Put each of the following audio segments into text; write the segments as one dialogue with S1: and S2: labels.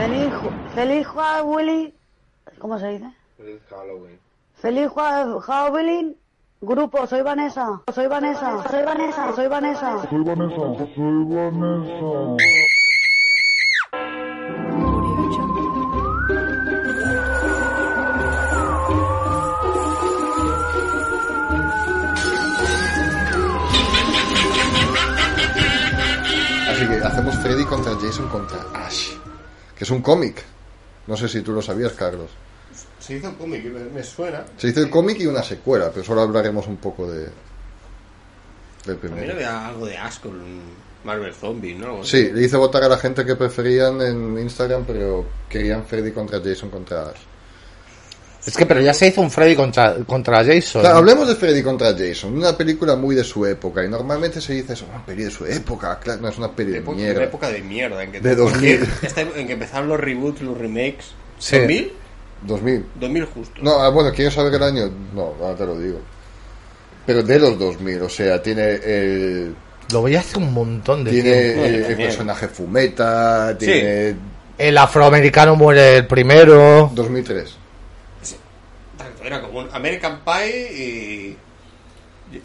S1: Feliz, ju- feliz Jua- Willy. ¿Cómo se dice?
S2: Feliz Halloween.
S1: Feliz Jua- Halloween. Grupo, soy Vanessa. Soy Vanessa. Soy Vanessa. Soy Vanessa.
S3: Soy Vanessa, soy Vanessa.
S4: Así que hacemos Freddy contra Jason contra Ash, que es un cómic. No sé si tú lo sabías, Carlos.
S2: Se hizo un cómic, me, me suena.
S4: Se hizo el cómic y una secuela, pero solo hablaremos un poco de del
S2: También
S4: primero.
S2: había algo de asco en Marvel Zombie, ¿no? Algo así.
S4: Sí, le hice votar a la gente que preferían en Instagram, pero querían Freddy contra Jason contra Ash.
S5: Es que, pero ya se hizo un Freddy contra, contra Jason.
S4: Claro, hablemos de Freddy contra Jason, una película muy de su época, y normalmente se dice, es una peli de su época, claro, no es una peli de
S2: Época-
S4: mierda.
S2: Una época de mierda. En que
S4: De 2000.
S2: Esta- en que empezaron los reboots, los remakes.
S5: Sí.
S2: ¿2000?
S4: 2000.
S2: 2000 justo.
S4: No, ah, bueno, ¿quieres saber el año? No, ahora te lo digo. Pero de los 2000, o sea, tiene el,
S5: Lo veía hace un montón de
S4: tiene eh,
S5: tiempo.
S2: No, yo
S4: el,
S2: también.
S4: personaje Fumeta,
S2: Sí.
S4: tiene
S5: El afroamericano muere el primero.
S4: 2003.
S2: Exacto, Era como un American Pie y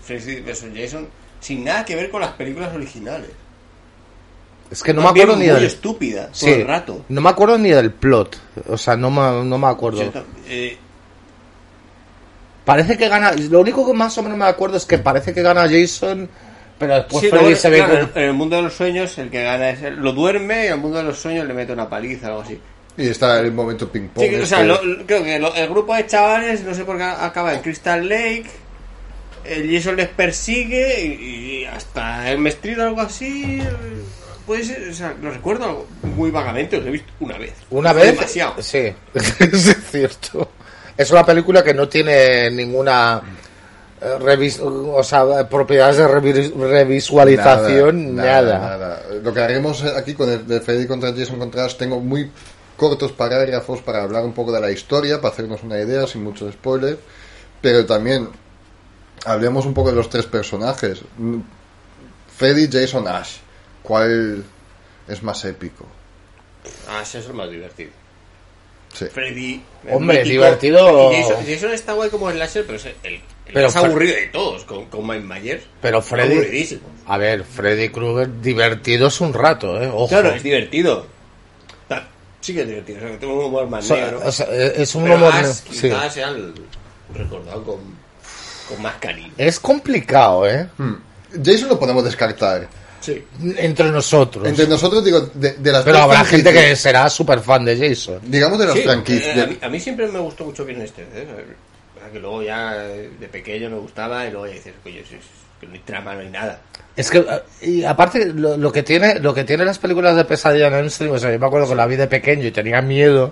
S2: Freddy vs. Jason sin nada que ver con las películas originales.
S5: Es que no me
S2: Más bien
S5: acuerdo ni
S2: muy
S5: del...
S2: estúpida
S5: Sí.
S2: todo el rato.
S5: No me acuerdo ni del plot. O sea, no me, no me acuerdo.
S2: Yo tam- eh,
S5: Parece que gana... Lo único que más o menos me acuerdo es que parece que gana Jason, pero después
S2: sí,
S5: Pues Freddy
S2: luego,
S5: se ve
S2: claro,
S5: con-
S2: En el mundo de los sueños, el que gana es. el- Lo duerme y en el mundo de los sueños le mete una paliza o algo así.
S4: Y está el momento ping-pong.
S2: Sí, que- o sea,
S4: este.
S2: lo- lo- creo que lo- el grupo de chavales, no sé por qué acaba en Crystal Lake. El Jason les persigue y, y hasta el mestrido o algo así. Puede ser, o sea, lo recuerdo algo muy vagamente, lo he visto una vez.
S5: Una
S2: Fue
S5: vez.
S2: Demasiado.
S5: Sí, es cierto. Es una película que no tiene ninguna. eh, revis- o sea, propiedades de revi- revisualización, nada.
S4: nada. Lo que haremos aquí con el de Freddy contra Jason contra Ash, tengo muy cortos parágrafos para hablar un poco de la historia, para hacernos una idea, sin mucho spoiler. Pero también hablemos un poco de los tres personajes. Mm, Freddy, Jason, Ash. ¿Cuál es más épico?
S2: Ah, ese es el más divertido.
S4: Sí.
S2: Freddy.
S5: Hombre,
S2: mítico.
S5: divertido.
S2: Y Jason, Jason está guay como slasher, pero es el, el
S5: Pero
S2: más
S5: Fre-
S2: aburrido de todos, con, con Mike Myers.
S5: Pero Freddy.
S2: Aburridísimo.
S5: A ver, Freddy Krueger divertido es un rato, ¿eh? Ojo.
S2: Claro, es divertido. Ta- Sí que es divertido, o sea, que tengo un humor más
S5: O sea,
S2: negro.
S5: o sea, eh, es un
S2: Pero
S5: humor-
S2: Ash
S5: sí.
S2: quizás sea el recordado con, con más cariño.
S5: Es complicado, ¿eh?
S4: Hmm. Jason lo podemos descartar.
S2: Sí.
S5: Entre nosotros.
S4: Entre nosotros, digo, de, de las
S5: Pero
S4: tres
S5: habrá gente
S4: franquicias-
S5: que será súper fan de Jason.
S4: Digamos de las
S2: Sí,
S4: franquicias.
S2: eh, a, mí, a mí siempre me gustó mucho Viernes 13. ¿eh? Verdad Que luego ya eh, de pequeño me gustaba y luego ya dices, coño, si es- que no hay trama, no hay nada.
S5: Es que eh, y aparte lo, lo que tiene lo que tiene las películas de pesadilla en Elm Street, o sea, yo me acuerdo que la vi de pequeño y tenía miedo,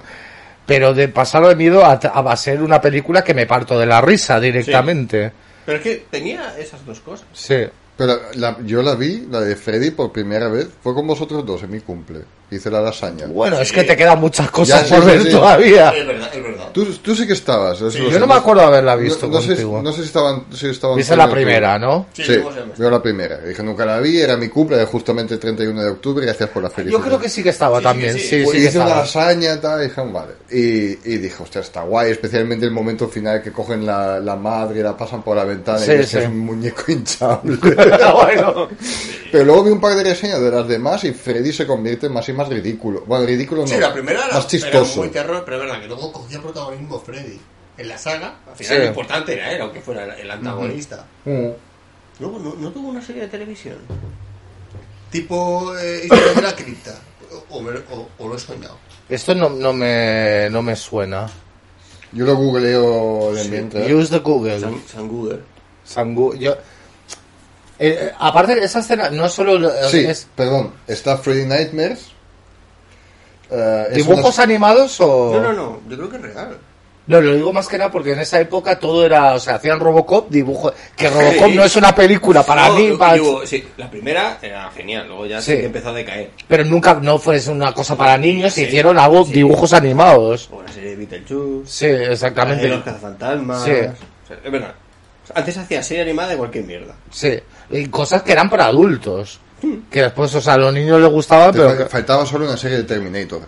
S5: pero de pasarlo de miedo a, a, a ser una película que me parto de la risa directamente.
S2: Pero es que tenía esas dos cosas.
S5: Sí.
S4: Pero la- yo la vi, la de Freddy, por primera vez. Fue con vosotros dos en mi cumple. Hice la lasaña.
S5: Bueno, es que te quedan muchas
S4: Ya,
S5: cosas
S4: sí,
S5: por
S4: sí,
S5: ver
S4: sí.
S5: todavía.
S2: Es verdad, es verdad.
S4: Tú, tú sí que estabas. eso lo
S5: yo
S4: sé.
S5: no me acuerdo de haberla visto
S4: no, no sé,
S5: contigo.
S4: no sé si estaban... Si estaban
S5: Viste la primera, ¿no?
S4: Sí,
S2: Sí, ¿cómo se llama?
S4: veo la primera. Dije, nunca la vi, era mi cumple, era justamente el 31 de octubre, gracias por la felicidad.
S5: Yo creo que sí que estaba
S2: Sí, sí,
S5: también, sí,
S2: sí.
S5: sí,
S4: Pues
S5: que
S4: hice una
S5: estaba.
S4: lasaña tal, y dije, vale. Y, y dije, hostia, está guay, especialmente el momento final que cogen la, la madre y la pasan por la ventana
S5: Sí,
S4: y ves
S5: sí.
S4: que es un muñeco hinchable.
S5: Bueno,
S4: Pero luego vi un par de reseñas de las demás y Freddy se convierte en más y más ridículo. Bueno, ridículo no.
S2: Sí, la primera era,
S4: más
S2: era
S4: chistoso.
S2: muy terror, pero es verdad que luego cogía protagonismo Freddy en la saga. Al final
S5: Sí.
S2: lo importante era él, aunque fuera el- el antagonista.
S4: Mm.
S2: Luego, ¿no, no tuvo una serie de televisión? Tipo eh, Historia de la Cripta. O, o me lo- o- o lo he soñado.
S5: esto no, no me no me suena.
S4: Yo lo googleo de mientras.
S5: Use the Google.
S2: San, San Google.
S5: Sangu- yo- Eh, eh, aparte, esa escena no es solo. eh,
S4: Sí,
S5: es-
S4: perdón. Está Freddy Nightmares. Eh, es
S5: ¿Dibujos
S4: una-
S5: animados o.?
S2: No, no, no, yo creo que es real.
S5: No, lo digo más que nada porque en esa época todo era. O sea, hacían Robocop, dibujo. Que Robocop
S2: Sí.
S5: no es una película Ah, para
S2: No,
S5: mí.
S2: yo-
S5: para-
S2: yo- sí, la primera era genial, luego ya
S5: Sí.
S2: sí que empezó a decaer.
S5: Pero nunca no fue una cosa para niños, se
S2: Sí.
S5: hicieron algo,
S2: Sí.
S5: dibujos animados.
S2: O la serie de Beetlejuice,
S5: Sí,
S2: la de
S5: exactamente.
S2: los cazafantasmas.
S5: Sí.
S2: O sea, es verdad. Antes hacía serie animada de cualquier mierda.
S5: Sí. Y cosas que eran para adultos. Que después, o sea, a los niños les gustaba,
S4: te
S5: pero.
S4: fal- Faltaba solo una serie de Terminator.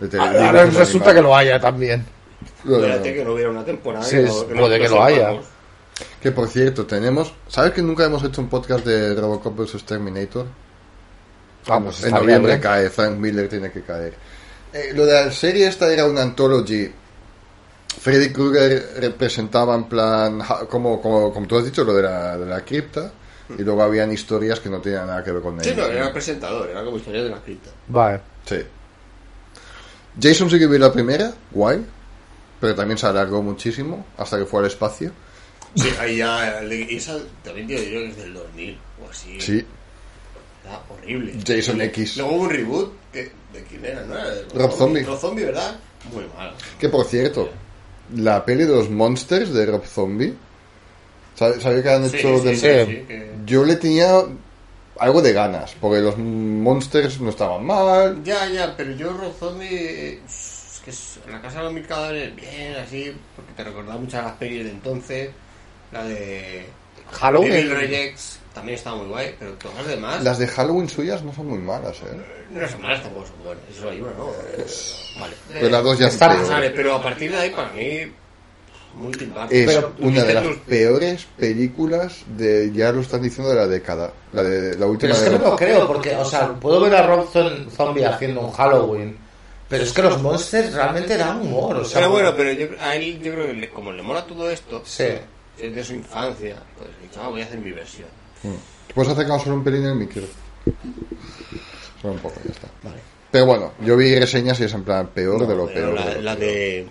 S4: De tele-
S5: Ahora
S4: dibujos
S5: resulta que
S4: animados.
S5: lo haya también.
S4: Lo-
S2: Espérate que no hubiera una temporada.
S5: Sí,
S2: que
S5: es-
S2: no, que no-
S5: puede que lo haya.
S2: sepamos.
S4: Que por cierto, tenemos. ¿Sabes que nunca hemos hecho un podcast de Robocop vs Terminator?
S5: Vamos,
S4: en
S5: estaría
S4: noviembre
S5: bien. ¿eh?
S4: cae, Frank Miller tiene que caer. Eh, lo de la serie esta era una anthology. Freddy Krueger representaba en plan, ja- como, como, como tú has dicho, lo de la, de la cripta. Y luego habían historias que no tenían nada que ver con
S2: Sí,
S4: él.
S2: no, era presentador, era como historia de la cripta.
S5: Vale.
S4: Sí. Jason sí que vio la primera, guay. Pero también se alargó muchísimo hasta que fue al espacio.
S2: Sí, ahí ya. eh, Y esa también te digo que es del 2000 o así.
S4: Sí.
S2: Está horrible.
S4: Jason
S2: Y
S4: X.
S2: Luego hubo un reboot que, de quién era, ¿no? Era de
S4: Rob Zombie.
S2: Rob Zombie, ¿verdad? Muy malo.
S4: Que por cierto, la peli de los Monsters de Rob Zombie. ¿Sabes que han
S2: Sí,
S4: hecho
S2: sí,
S4: de-
S2: sí, sí, que-
S4: Yo le tenía algo de ganas, porque los Monsters no estaban mal.
S2: Ya, ya, pero yo Rob Zombie, eh, es que es- en la casa de los mil cadáveres, bien, así, porque te recordaba muchas las pelis de entonces, la de
S5: Halloween.
S2: Evil Rejects también estaba muy guay, pero todas las demás
S4: Las de Halloween suyas no son muy malas, ¿eh?
S2: no son malas tampoco son buenas, eso hay una, ¿no? Eh, Vale.
S4: Pero las dos ya
S5: Está-
S4: son
S2: Eh, vale,
S4: peores.
S2: pero a partir de ahí para mí, muy tilbado.
S4: Es
S2: Pero tú
S4: una
S2: viste
S4: de las
S2: tus-
S4: peores películas de, ya lo están diciendo, de la década. La, de, la última
S5: Pero es
S4: de
S5: que no
S4: Rob-
S5: lo creo, porque, o sea, puedo ver a Rob Zom- Zombie haciendo un Halloween. Pero es que los monsters realmente dan humor, o sea.
S2: Pero bueno, pero yo, a él yo creo que le- como le mola todo esto,
S5: Sí.
S2: es de su infancia, pues dicho, ah, voy a hacer mi versión.
S4: Pues acercamos solo un pelín el micro. Solo un poco, ya está. Pero bueno, yo vi reseñas y es en plan peor de lo
S2: Pero
S4: peor.
S2: la,
S4: de lo
S2: la
S4: peor.
S2: de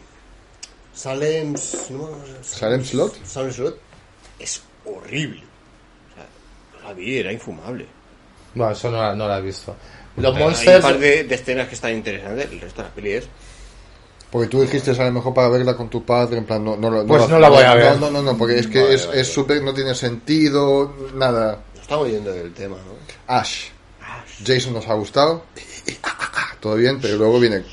S2: Salem's no,
S4: ¿Salem Slot?
S2: Salem Slot es horrible. O sea, no la vi, era infumable.
S5: No, eso no, la- no la he visto. Los
S2: Hay un
S5: monsters.
S2: par de, de escenas que están interesantes, el resto de las peli es.
S4: Porque tú dijiste, a lo mejor para verla con tu padre, en plan, no, no, lo-
S5: Pues no la voy a ver.
S4: No, no, no, porque es que
S2: Vale,
S4: es
S2: vale.
S4: es súper, no tiene sentido, nada.
S2: Nos estamos yendo del tema, ¿no?
S4: Ash. Jason nos ha gustado. Todo bien, pero luego viene.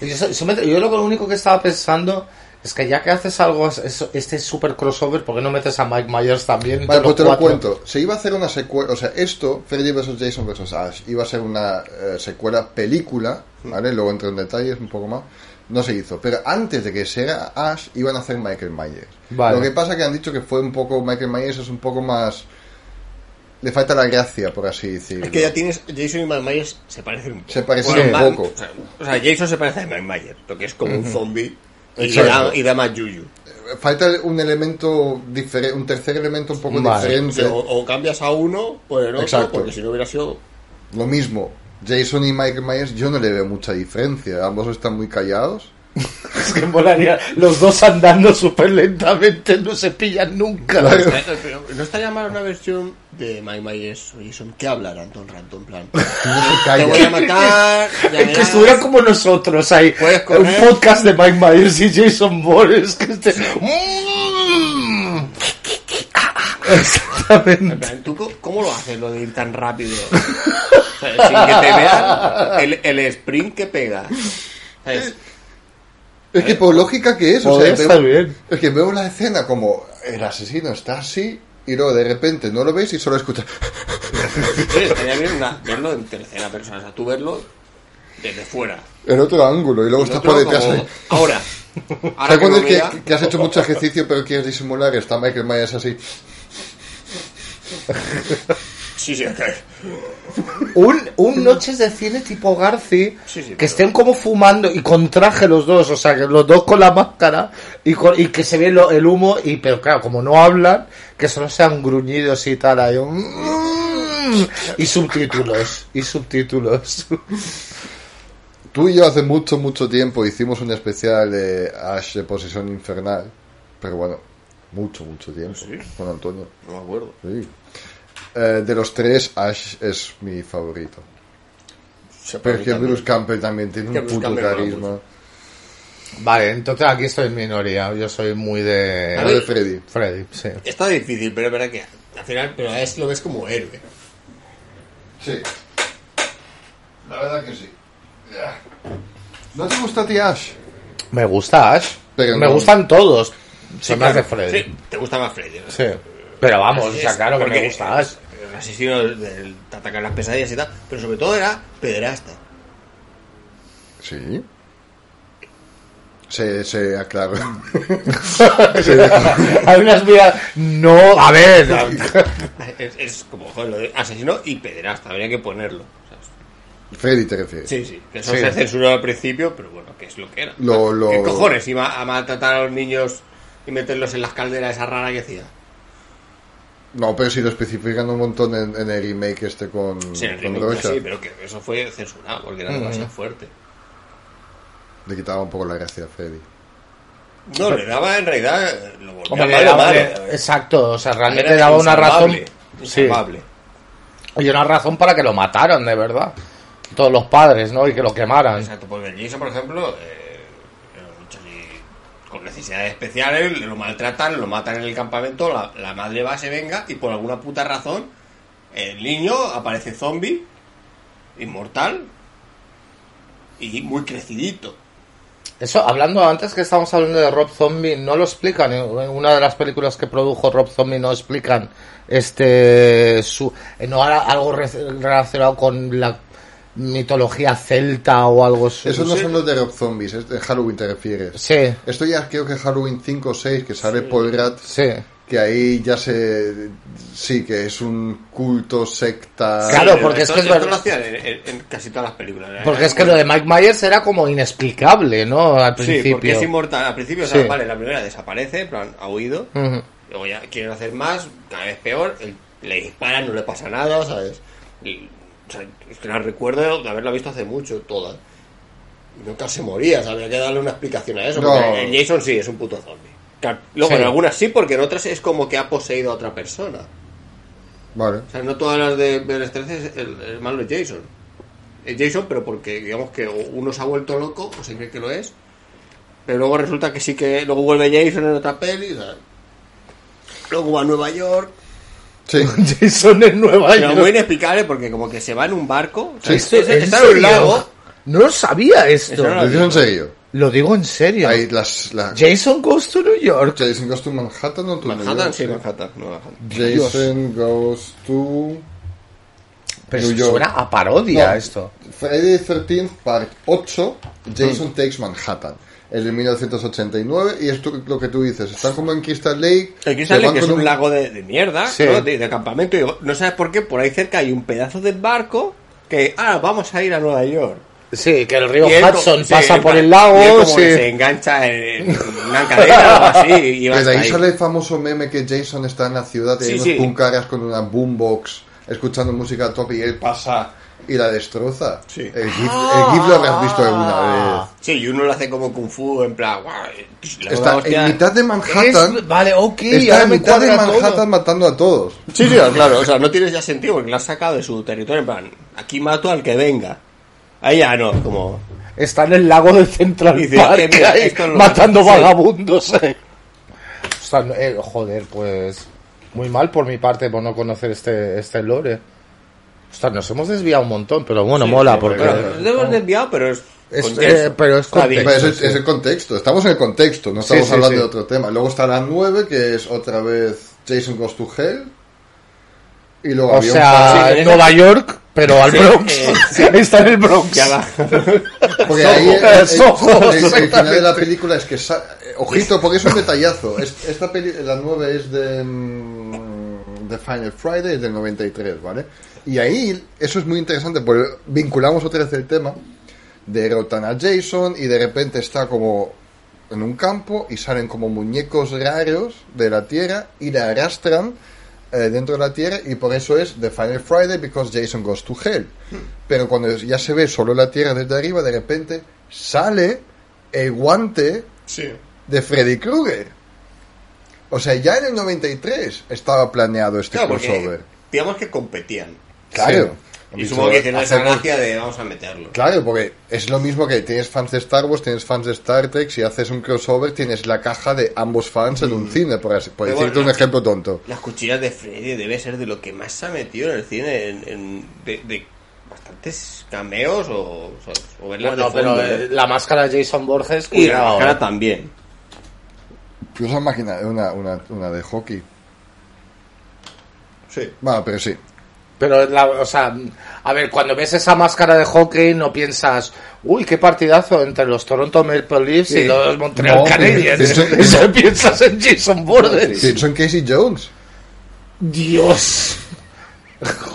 S5: Yo, so- so- yo lo único que estaba pensando es que ya que haces algo, as- eso- este super crossover, ¿por qué no metes a Mike Myers también?
S4: Vale,
S5: Todos
S4: pues te lo
S5: cuatro.
S4: cuento. Se iba a hacer una secuela, o sea, esto, Freddy vs. Jason vs. Ash, iba a ser una eh, secuela película, ¿vale? Luego entro en detalles un poco más. No se hizo, pero antes de que sea Ash, iban a hacer Michael Myers.
S5: Vale.
S4: Lo que pasa que han dicho que fue un poco, Michael Myers es un poco más... Le falta la gracia, por así decirlo.
S2: Es que ya tienes Jason y Mike Myers se parecen un poco.
S4: Se parecen un
S2: Mike-
S4: poco.
S2: O sea, o sea, Jason se parece a Mike Myers, lo que es como un zombie y,
S4: Exacto.
S2: da, y da más yuyu.
S4: Falta un elemento diferente, un tercer elemento un poco
S5: Vale.
S2: O,
S4: diferente.
S2: sea, o- o cambias a uno por el otro,
S4: Exacto.
S2: porque si no hubiera sido
S4: Lo mismo, Jason y Michael Myers, yo no le veo mucha diferencia. Ambos están muy callados.
S5: Es que molaría los dos andando súper lentamente, no se pillan nunca.
S2: Eh, pero ¿No estaría mal una versión de My Myers Jason que hablaran todo el rato? En plan, te
S4: eh,
S2: voy a matar, ya
S5: Que
S2: verás.
S5: estuvieran como nosotros ahí.
S2: Puedes correr.
S5: Un podcast de Mike Myers y Jason Boris. Que este... Mm.
S2: En
S5: Exactamente.
S2: plan, ¿Tú co- cómo lo haces lo de ir tan rápido? O sea, sin que te vean el, el sprint que pega. ¿Sabes?
S4: Es que por lógica que es, o
S5: Podría
S4: sea,
S5: estar
S4: veo-
S5: bien.
S4: es que veo la escena como el asesino está así y luego de repente no lo ves y solo escuchas.
S2: Sí, estaría bien una- verlo en tercera persona, o sea, tú verlo desde fuera.
S4: El otro ángulo y luego estás
S2: Otro
S4: por detrás.
S2: como-
S4: ¿Sabes
S2: Ahora. Ahora que
S4: cuando
S2: no
S4: es que,
S2: mira,
S4: que has hecho mucho ejercicio pero quieres disimular que está Michael Myers así?
S2: Sí, sí, ok.
S5: Un, un noches de cine tipo Garci.
S2: Sí, sí,
S5: que
S2: pero-
S5: estén como fumando y con traje los dos. O sea, que los dos con la máscara. Y, con- y que se ve lo- el humo. y Pero claro, como no hablan, que solo sean gruñidos y tal. ahí, mm, y subtítulos. Y subtítulos.
S4: Tú y yo hace mucho, mucho tiempo hicimos un especial de Ash de Posesión Infernal, pero bueno, mucho, mucho tiempo, con Antonio.
S2: No me acuerdo.
S4: Sí. Eh, de los tres, Ash es mi favorito.
S2: se
S4: Pero es que
S2: permiten.
S4: Bruce Campbell también tiene
S2: Que
S4: un
S2: Bruce
S4: puto
S2: Campbell mola
S4: carisma.
S2: mucho.
S5: Vale, entonces aquí estoy en minoría. Yo soy muy de.
S2: A
S4: No de
S2: ver.
S4: Freddy.
S5: Freddy, sí.
S2: Está difícil, pero es verdad que al final pero a Ash lo ves como héroe.
S4: Sí. La verdad que sí. ¿No te gusta a ti Ash?
S5: Me gusta Ash.
S4: Pero
S5: me
S4: no-
S5: gustan todos. Se me hace
S2: claro.
S5: Freddy.
S2: Sí, te gusta más Freddy. ¿no?
S5: Sí. Pero vamos,
S2: Así
S5: o sea,
S2: es,
S5: claro que
S2: porque
S5: me gusta Ash.
S2: El asesino del te atacar las pesadillas y tal, pero sobre todo era pederasta.
S4: Sí. Se, se aclaró. Se dejó-
S5: Hay unas vidas. No, a ver.
S2: Es, es como, joder, lo de asesino y pederasta, habría que ponerlo. ¿sabes?
S4: Freddy te refieres.
S2: Sí, sí, que eso
S5: Sí.
S2: se censuró al principio, pero bueno, que es lo que era.
S4: Lo- lo-
S2: ¿Qué cojones iba a maltratar a los niños y meterlos en las calderas esa rara que hacía?
S4: Mm, No, pero si lo especifican un montón en, en el remake este con,
S2: Sí, en el
S4: con
S2: remake,
S4: Rocha.
S2: sí, pero que eso fue censurado porque era demasiado fuerte.
S4: Le quitaba un poco la gracia a Freddy.
S2: No, le daba en realidad eh, lo volvía
S5: Hombre,
S2: malo,
S5: daba-
S2: malo.
S5: exacto, o sea, realmente
S2: Era
S5: daba una razón.
S2: insalvable,
S5: Sí.
S2: insalvable.
S5: Y una razón para que lo mataran, de verdad. Todos los padres, ¿no? Y que lo quemaran.
S2: Exacto, porque el Jason, por ejemplo, eh, era un chasis con necesidades especiales, lo maltratan, lo matan en el campamento, la, la madre va, se venga y por alguna puta razón el niño aparece zombie, inmortal y muy crecidito.
S5: Eso, hablando antes que estábamos hablando de Rob Zombie, no lo explican. En una de las películas que produjo Rob Zombie no explican este su eh, no era algo re- relacionado con la mitología celta o algo su-
S4: Esos no
S5: sí.
S4: son los de Rob Zombies, es de Halloween te refieres.
S5: Sí,
S4: Esto ya creo que Halloween 5 o 6, que sale Paul Rudd,
S5: sí.
S4: que ahí ya se... Sí, que es un culto, secta...
S5: Claro,
S2: Pero
S5: porque es
S2: esto-
S5: que es
S2: esto
S5: verdad.
S2: lo hacían en, en- en casi todas las películas. ¿eh? Era
S5: Porque es que
S2: como-
S5: lo de Mike Myers era como inexplicable, ¿no?
S2: Sí,
S5: Al
S2: porque
S5: principio.
S2: es inmortal. Al principio, o sea,
S5: Sí.
S2: vale, la primera desaparece, en plan, ha huido.
S5: Ujú.
S2: Luego ya quieren hacer más, cada vez peor, el- le disparan, no le pasa nada, ¿sabes? Y, o sea, es que la recuerdo de haberla visto hace mucho, toda. Y Nunca se moría, ¿sabes? Había que darle una explicación a eso.
S4: No.
S2: porque El Jason sí es un puto zombie. Claro, Luego
S5: Sí.
S2: en algunas sí, porque en otras es como que ha poseído a otra persona.
S4: Vale.
S2: O sea, no todas las de Ben 13 es el, el malo es Jason. Es Jason, pero porque digamos que o uno se ha vuelto loco o se cree que lo es. Pero luego resulta que sí que luego vuelve Jason en otra peli. o sea. Luego va a Nueva York.
S4: Sí.
S5: Jason en Nueva
S2: Pero
S5: York.
S2: muy inexplicable porque como que se va en un barco. o sea,
S4: Sí,
S2: es- es-
S5: ¿En
S2: está en un
S5: serio?
S2: lago.
S5: No lo sabía esto.
S2: Eso no
S4: ¿Lo dices en serio?
S5: Lo digo en serio.
S4: Ahí las... La...
S5: Jason Goes to New York.
S4: Jason Goes to Manhattan o to New
S2: Manhattan,
S4: York?
S2: sí, Manhattan. No, Manhattan.
S4: Jason Goes to...
S5: Pero
S4: New
S5: eso
S4: York.
S5: suena a parodia
S4: No,
S5: esto.
S4: Friday the 13th, part 8, Jason
S2: Mm.
S4: Takes Manhattan. El de 1989, y esto lo que tú dices, están como en Crystal Lake.
S2: El que
S4: se
S2: sale
S4: van
S2: que es
S4: con
S2: un lago de, de mierda,
S5: Sí.
S2: ¿no? de, de campamento. y no sabes por qué, por ahí cerca hay un pedazo de barco que, ah, vamos a ir a Nueva York.
S5: Sí, que el río
S2: Y él
S5: Hudson
S2: co- sí,
S5: pasa
S2: él
S5: por
S2: va-
S5: el
S2: y él
S5: lago.
S2: como
S5: Sí.
S2: que se engancha en, en una cadena o algo así. Y va hasta
S4: Desde ahí
S2: ahí.
S4: sale el famoso meme que Jason está en la ciudad y
S2: Sí,
S4: hay unos
S2: sí.
S4: puncaras con una boombox escuchando música top y él pasa y la destroza.
S2: Sí. Ah.
S4: El, gif, el gif lo habrás visto alguna
S2: Sí, y uno lo hace como Kung Fu, en plan, guau. eh,
S4: vez. Está en mitad de Manhattan.
S5: Es- vale, ok.
S4: Está
S5: ahora
S4: en
S5: me
S4: mitad de
S5: cuadra todo.
S4: Manhattan matando a todos.
S2: Sí, sí, claro, o sea, no tienes ya sentido porque lo has sacado de su territorio, en plan, aquí mato al que venga. Ahí ya no, como...
S5: Está en el lago del Central
S2: Dice,
S5: Park
S2: eh, mira,
S5: ahí,
S2: esto lo-
S5: matando
S2: sí.
S5: vagabundos. eh. O sea, no- eh, joder, pues muy mal por mi parte por no conocer este, este lore. O sea, nos hemos desviado un montón, pero bueno, mola porque...
S2: Pero, nos hemos desviado, pero es...
S5: Es-
S2: contexto.
S5: eh, pero es
S2: Está bien.
S4: Pero es, el- es el contexto, estamos en el contexto, no estamos
S5: sí,
S4: hablando
S5: sí.
S4: de otro tema. Luego está la 9, que es otra vez Jason Goes to Hell. Y luego
S5: O
S4: había un
S5: sea,
S2: Sí,
S5: Nueva York, pero al
S2: Sí,
S5: Bronx.
S2: eh,
S5: Está en el Bronx.
S2: Ya va.
S4: par- Porque ahí el,
S5: eh,
S4: el-
S5: Soho,
S4: el- el final
S5: exactamente.
S4: de la película es que. sa- eh, Ojito, porque es un detallazo. Es- esta peli, la 9 es de. mm, The Final Friday, es del 93, ¿vale? Y ahí, eso es muy interesante, porque vinculamos otra vez el tema. derrotan a Jason y de repente está como en un campo y salen como muñecos raros de la tierra y la arrastran eh, dentro de la tierra y por eso es The Final Friday because Jason goes to hell. Pero cuando ya se ve solo la tierra desde arriba, de repente sale el guante de Freddy Krueger. O sea, ya en el 93 estaba planeado este
S2: Claro, porque
S4: crossover.
S2: digamos que competían.
S4: Claro. Han
S2: Y
S4: dicho,
S2: supongo que tiene esa
S4: "Hacemos
S2: gracia de vamos a meterlo.
S4: Claro, porque es lo mismo que tienes fans de Star Wars, tienes fans de Star Trek, si haces un crossover tienes la caja de ambos fans en un cine, por, así- por
S2: Mm. Pero
S4: decirte
S2: bueno,
S4: un ejemplo tonto.
S2: Las cuchillas de Freddy debe ser de lo que más se ha metido en el cine, en, en- de, de bastantes cameos o, o, o verlas
S5: Bueno,
S2: de
S5: pero
S2: fondo,
S5: eh,
S2: ¿eh?
S5: la máscara de Jason Borges.
S2: Y la
S5: cuidado,
S2: máscara
S5: eh.
S2: también.
S4: Yo os imaginé una, una, una de hockey.
S2: Sí.
S4: Bueno, pero sí.
S5: Pero, la- o sea, a ver, cuando ves esa máscara de hockey no piensas, uy, qué partidazo entre los Toronto Maple Leafs y
S4: Sí.
S5: los Montreal
S4: No,
S5: Canadiens.
S4: eso-
S5: Eso piensas en Jason Borges.
S4: Pienso en Casey Jones.
S5: Dios.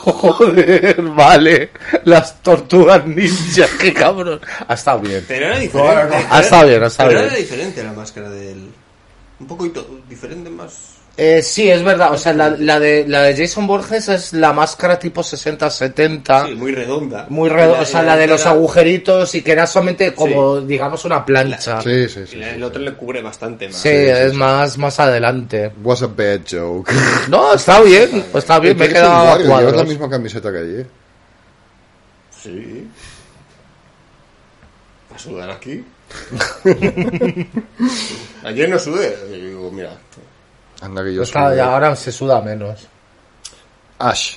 S5: Joder, vale. Las tortugas ninja, qué cabrón. Ha estado bien.
S2: Pero era diferente.
S4: Bueno, no.
S2: pero-
S5: Ah, está bien, está
S2: pero
S5: bien.
S2: era diferente la máscara del. Un poquito diferente más.
S5: Eh, sí, es verdad. O sea, la, la de, la de Jason Borges es la máscara tipo 60-70.
S2: Sí, muy redonda.
S5: Muy redonda.
S2: Y
S5: O sea, la de los
S2: era-
S5: agujeritos y que era solamente como, digamos, una plancha. Sí,
S4: Sí, sí,
S2: y
S4: sí.
S2: la- el otro le cubre bastante más.
S5: es más, más adelante.
S4: Was a bad joke.
S5: No, está bien. Está bien, me he
S4: Eres
S5: quedado
S4: un
S5: a
S4: Wario, Llevas la
S5: cuadros.
S4: misma camiseta que ayer.
S2: Sí. ¿Va a sudar aquí? Ayer no sudé. Y digo, mira.
S4: Anda que yo
S5: Está-
S4: soy-
S5: ya ahora se suda menos.
S4: Ash.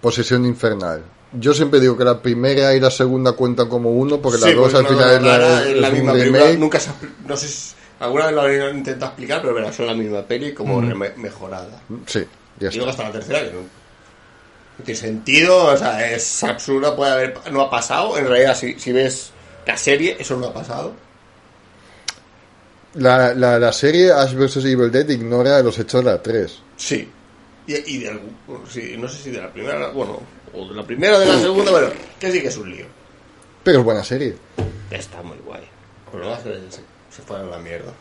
S4: Posesión infernal. Yo siempre digo que la primera y la segunda cuentan como uno, porque la
S2: Sí,
S4: dos
S2: pues
S4: al
S2: no,
S4: final
S2: no,
S4: es
S2: ahora
S4: la,
S2: es
S4: es
S2: la
S4: un
S2: misma
S4: remake.
S2: película. Nunca se ha expli- no sé si- alguna vez lo han intentado explicar, pero verás, son la misma peli como
S4: Mm.
S2: reme- mejorada.
S4: Sí, ya
S2: Y luego hasta
S4: está.
S2: la tercera, que no, no tiene sentido, o sea, es absurdo, puede haber, no ha pasado. En realidad, si, si ves la serie, eso no ha pasado.
S4: La, la, la serie Ash vs Evil Dead ignora los hechos de la 3.
S2: Sí. Y, y de algún, sí, no sé si de la primera, bueno, o de la primera o de la segunda, pero que sí que es un lío.
S4: Pero es buena serie.
S2: Está muy guay. Pero luego se, se, se fue a la mierda.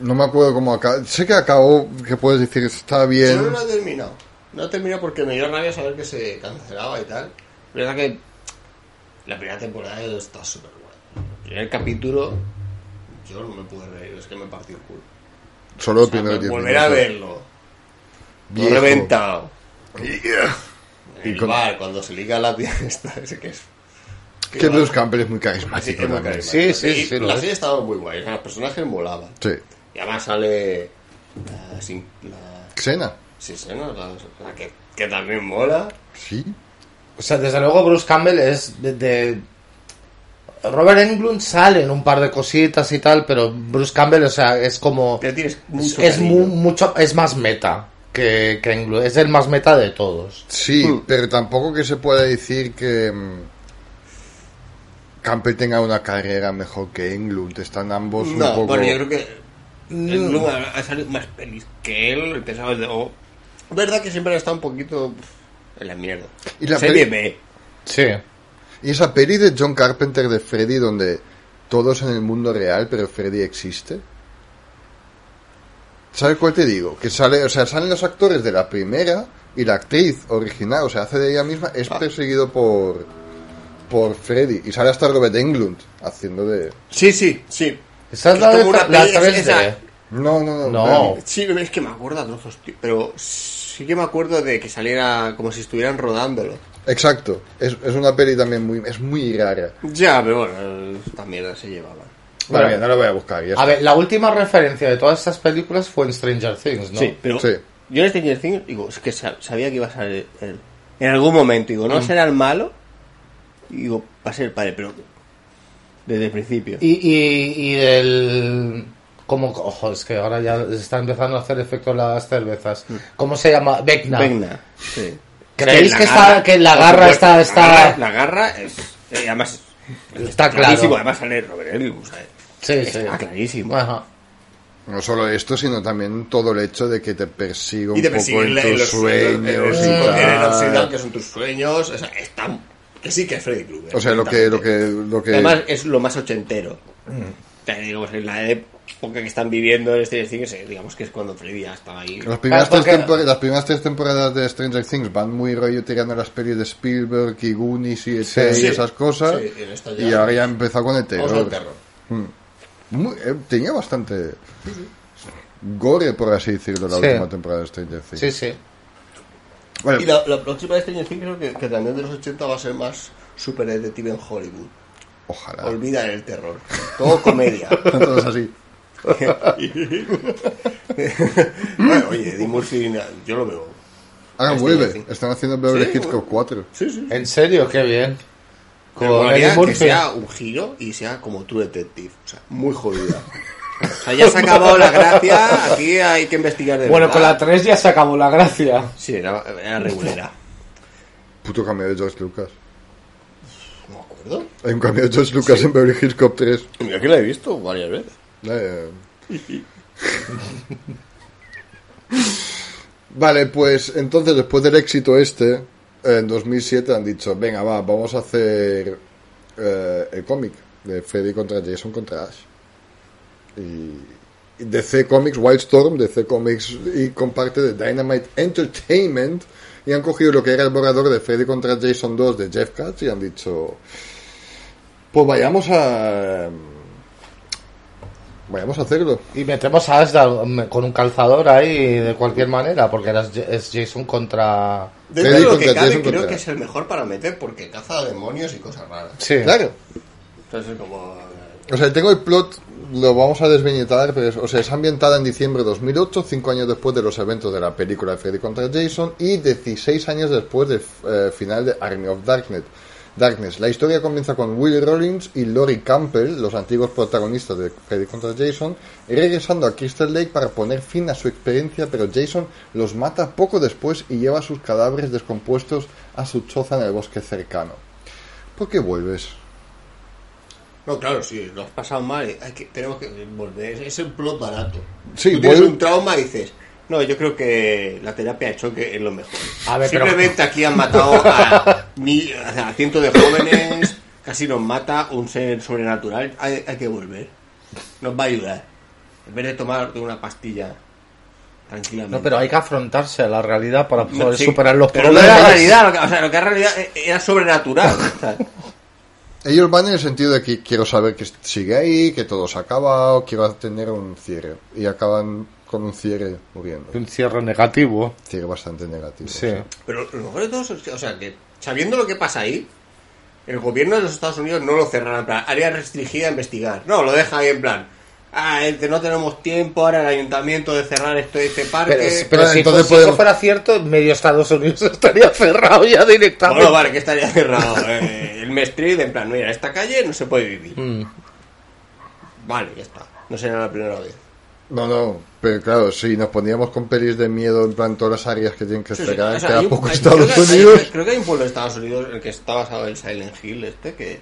S4: No me acuerdo cómo acabó. Sé que acabó, que puedes decir, está
S2: Yo no
S4: bien.
S2: lo he terminado. No he terminado porque me dio rabia saber que se cancelaba y tal. Pero es verdad que la primera temporada está súper guay. El primer capítulo, yo no me pude reír, es que me partió el culo.
S4: Solo el
S2: O sea,
S4: primer 10
S2: volver a
S4: minutos.
S2: verlo. Todo
S4: Viejo.
S2: reventado. En
S4: Y
S2: el
S4: con-
S2: bar, cuando se liga la tía esta, ese que es.
S4: Que
S2: va-
S4: Bruce Campbell es muy
S2: Sí,
S4: carismático.
S2: es muy
S4: también.
S2: carismático.
S5: Sí, sí,
S2: Y
S5: sí, lo
S2: La
S5: es.
S2: serie estaba muy guay, o sea, los personajes molaban.
S4: Sí.
S2: Y además sale. La, sin, la,
S4: Xena.
S2: sí, sí, ¿no? La- la que, que también mola.
S4: Sí.
S5: O sea, desde luego Bruce Campbell es de... de- Robert Englund sale en un par de cositas y tal, pero Bruce Campbell, o sea, es como...
S2: Ya tienes
S5: Es,
S2: mucho
S5: es mu-
S2: cariño.
S5: mucho, es más meta que, que Englund. Es el más meta de todos.
S4: Sí,
S5: Hmm.
S4: pero tampoco que se pueda decir que mm, Campbell tenga una carrera mejor que Englund. Están ambos un
S2: No,
S4: poco.
S2: bueno, yo creo que. En lugar ha salido más pelis que él, empezaba desde. o- verdad que siempre ha estado un poquito. pff, En la mierda.
S4: Y la
S2: serie
S4: peli-
S2: B.
S5: Sí.
S4: Y esa peli de John Carpenter de Freddy, donde todos en el mundo real, pero Freddy existe. ¿Sabes cuál te digo? Que sale, o sea, salen los actores de la primera y la actriz original, o sea, hace de ella misma, es perseguido por por Freddy y sale hasta Robert Englund haciendo de
S2: Sí, sí, sí.
S5: Esa es la, de,
S2: como una
S5: la
S2: peli-
S5: 3D.
S2: esa-
S4: No, no, no.
S5: No.
S4: espérame.
S2: Sí, es que me acuerdo a trozos, tío. Pero sí que me acuerdo de que saliera como si estuvieran rodándolo.
S4: Exacto. Es, es una peli también muy es muy rara.
S2: Ya, pero bueno, esta mierda se llevaba.
S4: Vale, Ah, bien, no la voy a buscar. ya
S5: A
S4: está.
S5: ver, la última referencia de todas estas películas fue en Stranger Things, ¿no?
S2: pero.
S4: Sí.
S2: Yo en Stranger Things, digo, es que sa- sabía que iba a salir él. En algún momento, digo, no
S5: Mm.
S2: será el malo. Y Digo, va a ser el padre, pero. Desde el principio.
S5: Y, y, y del... Como, ojo, es que ahora ya está empezando a hacer efecto las cervezas. ¿Cómo se llama? Vecna.
S2: Mm. Vecna. Sí.
S5: ¿Creéis
S2: la
S5: que está-
S2: garra-
S5: que la
S2: por
S5: garra
S2: supuesto,
S5: está- está-
S2: La garra, la garra es. eh, además.
S5: Está
S2: Clarísimo,
S5: claro.
S2: además sale Robert Elvis. ¿sabes?
S5: Sí, sí.
S2: Está clarísimo.
S5: Ajá.
S4: No solo esto, sino también todo el hecho de que te persiga un
S2: y te
S4: poco en
S2: persiguen en
S4: tus
S2: los
S4: sueños Ah. y
S2: en-
S4: tal.
S2: en el obsidian, que son tus sueños. O sea, está. Que sí que es Freddy Krueger.
S4: O sea, lo que, lo que, lo que.
S2: Además, es lo más ochentero.
S5: Mm.
S2: Te digo, en la época que están viviendo en Stranger Things, eh, digamos que es cuando Freddy ya estaba ahí.
S4: las primeras,
S5: Claro,
S4: tres
S5: porque-
S4: tempor- las primeras tres temporadas de Stranger Things van muy rollo tirando las pelis de Spielberg y Goonies y, E.T.
S2: Sí.
S4: y esas cosas.
S2: Sí, en esta ya-
S4: y ahora ya empezó con el
S2: Vamos al
S4: terror.
S2: terror.
S4: Muy- eh, tenía bastante gore, por así decirlo, la
S5: Sí.
S4: última temporada de Stranger Things.
S5: Sí, sí.
S4: Bueno,
S2: Y la, la próxima de Stranger Things creo que, que también de los 80 va a ser más superdetective en Hollywood.
S5: Ah.
S4: ojalá.
S2: Olvida el terror. Todo comedia.
S4: Están todos así.
S2: Bueno, oye, Eddie Murphy, na- yo lo veo.
S4: Ahora
S2: Este,
S4: vuelve.
S2: sí.
S4: Están haciendo Beverly
S2: Sí,
S4: Hills
S2: bueno.
S4: Cop 4.
S2: Sí, sí.
S5: En serio, qué bien.
S2: Me
S5: Con
S2: molaría
S5: Eddie Murphy.
S2: que sea un giro y sea como True Detective. O sea, muy jodida.
S6: O sea, ya se ha acabado la gracia. Aquí hay que investigar de
S5: Bueno,
S6: verdad.
S5: con la 3 ya se acabó la gracia.
S2: Sí, era, era regulera.
S4: Puto cambio de George Lucas.
S2: No me acuerdo.
S4: Hay un cambio de George Lucas en Beverly Hills Cop 3.
S2: Mira que la he visto varias veces.
S4: Eh. vale, pues entonces después del éxito este, en 2007 han dicho, venga, va, vamos a hacer eh, el cómic de Freddy contra Jason contra Ash. Y y DC Comics Wildstorm, DC Comics y comparte de Dynamite Entertainment y han cogido lo que era el borrador de Freddy contra Jason 2 de Jeff Katz y han dicho, pues vayamos a... Vayamos a hacerlo.
S5: Y metemos a Asda mm, con un calzador ahí de cualquier manera, porque era- es Jason contra.
S2: Dentro
S4: Freddy
S2: de lo que
S4: contra
S2: cabe,
S4: Jason
S2: creo
S4: contra-
S2: que es el mejor para meter porque caza demonios y cosas raras.
S5: Sí.
S4: Claro.
S2: Entonces, como.
S4: O sea, tengo el plot, lo vamos a desviñetar, pero es, o sea, es ambientada en diciembre de 2008, cinco años después de los eventos de la película de Freddy contra Jason y 16 años después del eh, final de Army of Darkness. Darkness. La historia comienza con Will Rollins y Lori Campbell, los antiguos protagonistas de Freddy contra Jason, regresando a Crystal Lake para poner fin a su experiencia, pero Jason los mata poco después y lleva sus cadáveres descompuestos a su choza en el bosque cercano. ¿Por qué vuelves?
S2: No, claro, sí, lo has pasado mal. Hay que, tenemos que volver. Es el plot barato.
S4: Sí,
S2: Tú tienes
S4: vuelve-
S2: un trauma y dices. No, yo creo que la terapia de choque es lo mejor.
S5: A ver, pero-
S2: Simplemente aquí han matado a, mil- a cientos de jóvenes, casi nos mata un ser sobrenatural. Hay, hay que volver. Nos va a ayudar. En vez de tomar una pastilla tranquilamente.
S5: No, pero hay que afrontarse a la realidad para
S2: No,
S5: poder
S2: sí,
S5: superar los
S2: pero
S5: problemas.
S2: No era realidad, lo que- o sea, lo que era realidad e- era sobrenatural. o sea,
S4: Ellos van en el sentido de que quiero saber que sigue ahí, que todo se ha acabado, quiero tener un cierre. Y acaban con un cierre muriendo.
S5: Un cierre negativo.
S4: Cierre bastante negativo.
S5: Sí.
S2: pero lo mejor de todo es que, o sea, que sabiendo lo que pasa ahí, el gobierno de los Estados Unidos no lo cerrará en plan, área restringida a investigar. No, lo deja ahí en plan. Ah, este, no tenemos tiempo ahora el ayuntamiento de cerrar esto, este parque.
S5: Pero, pero si,
S4: entonces
S5: si
S4: podemos-
S5: eso fuera cierto, medio Estados Unidos estaría cerrado ya directamente.
S2: Bueno, vale, que estaría cerrado eh, el Mestrid, en plan, mira, esta calle no se puede vivir.
S5: Mm.
S2: Vale, ya está. No será la primera vez.
S4: No, no, pero claro, si nos poníamos con pelis de miedo en plan todas las áreas que tienen que
S2: Sí, sí,
S4: cerrar,
S2: o sea,
S4: queda
S2: hay un-
S4: poco
S2: hay-
S4: Estados
S2: creo que hay-
S4: Unidos.
S2: creo que hay un pueblo de Estados Unidos en el que está basado el Silent Hill este que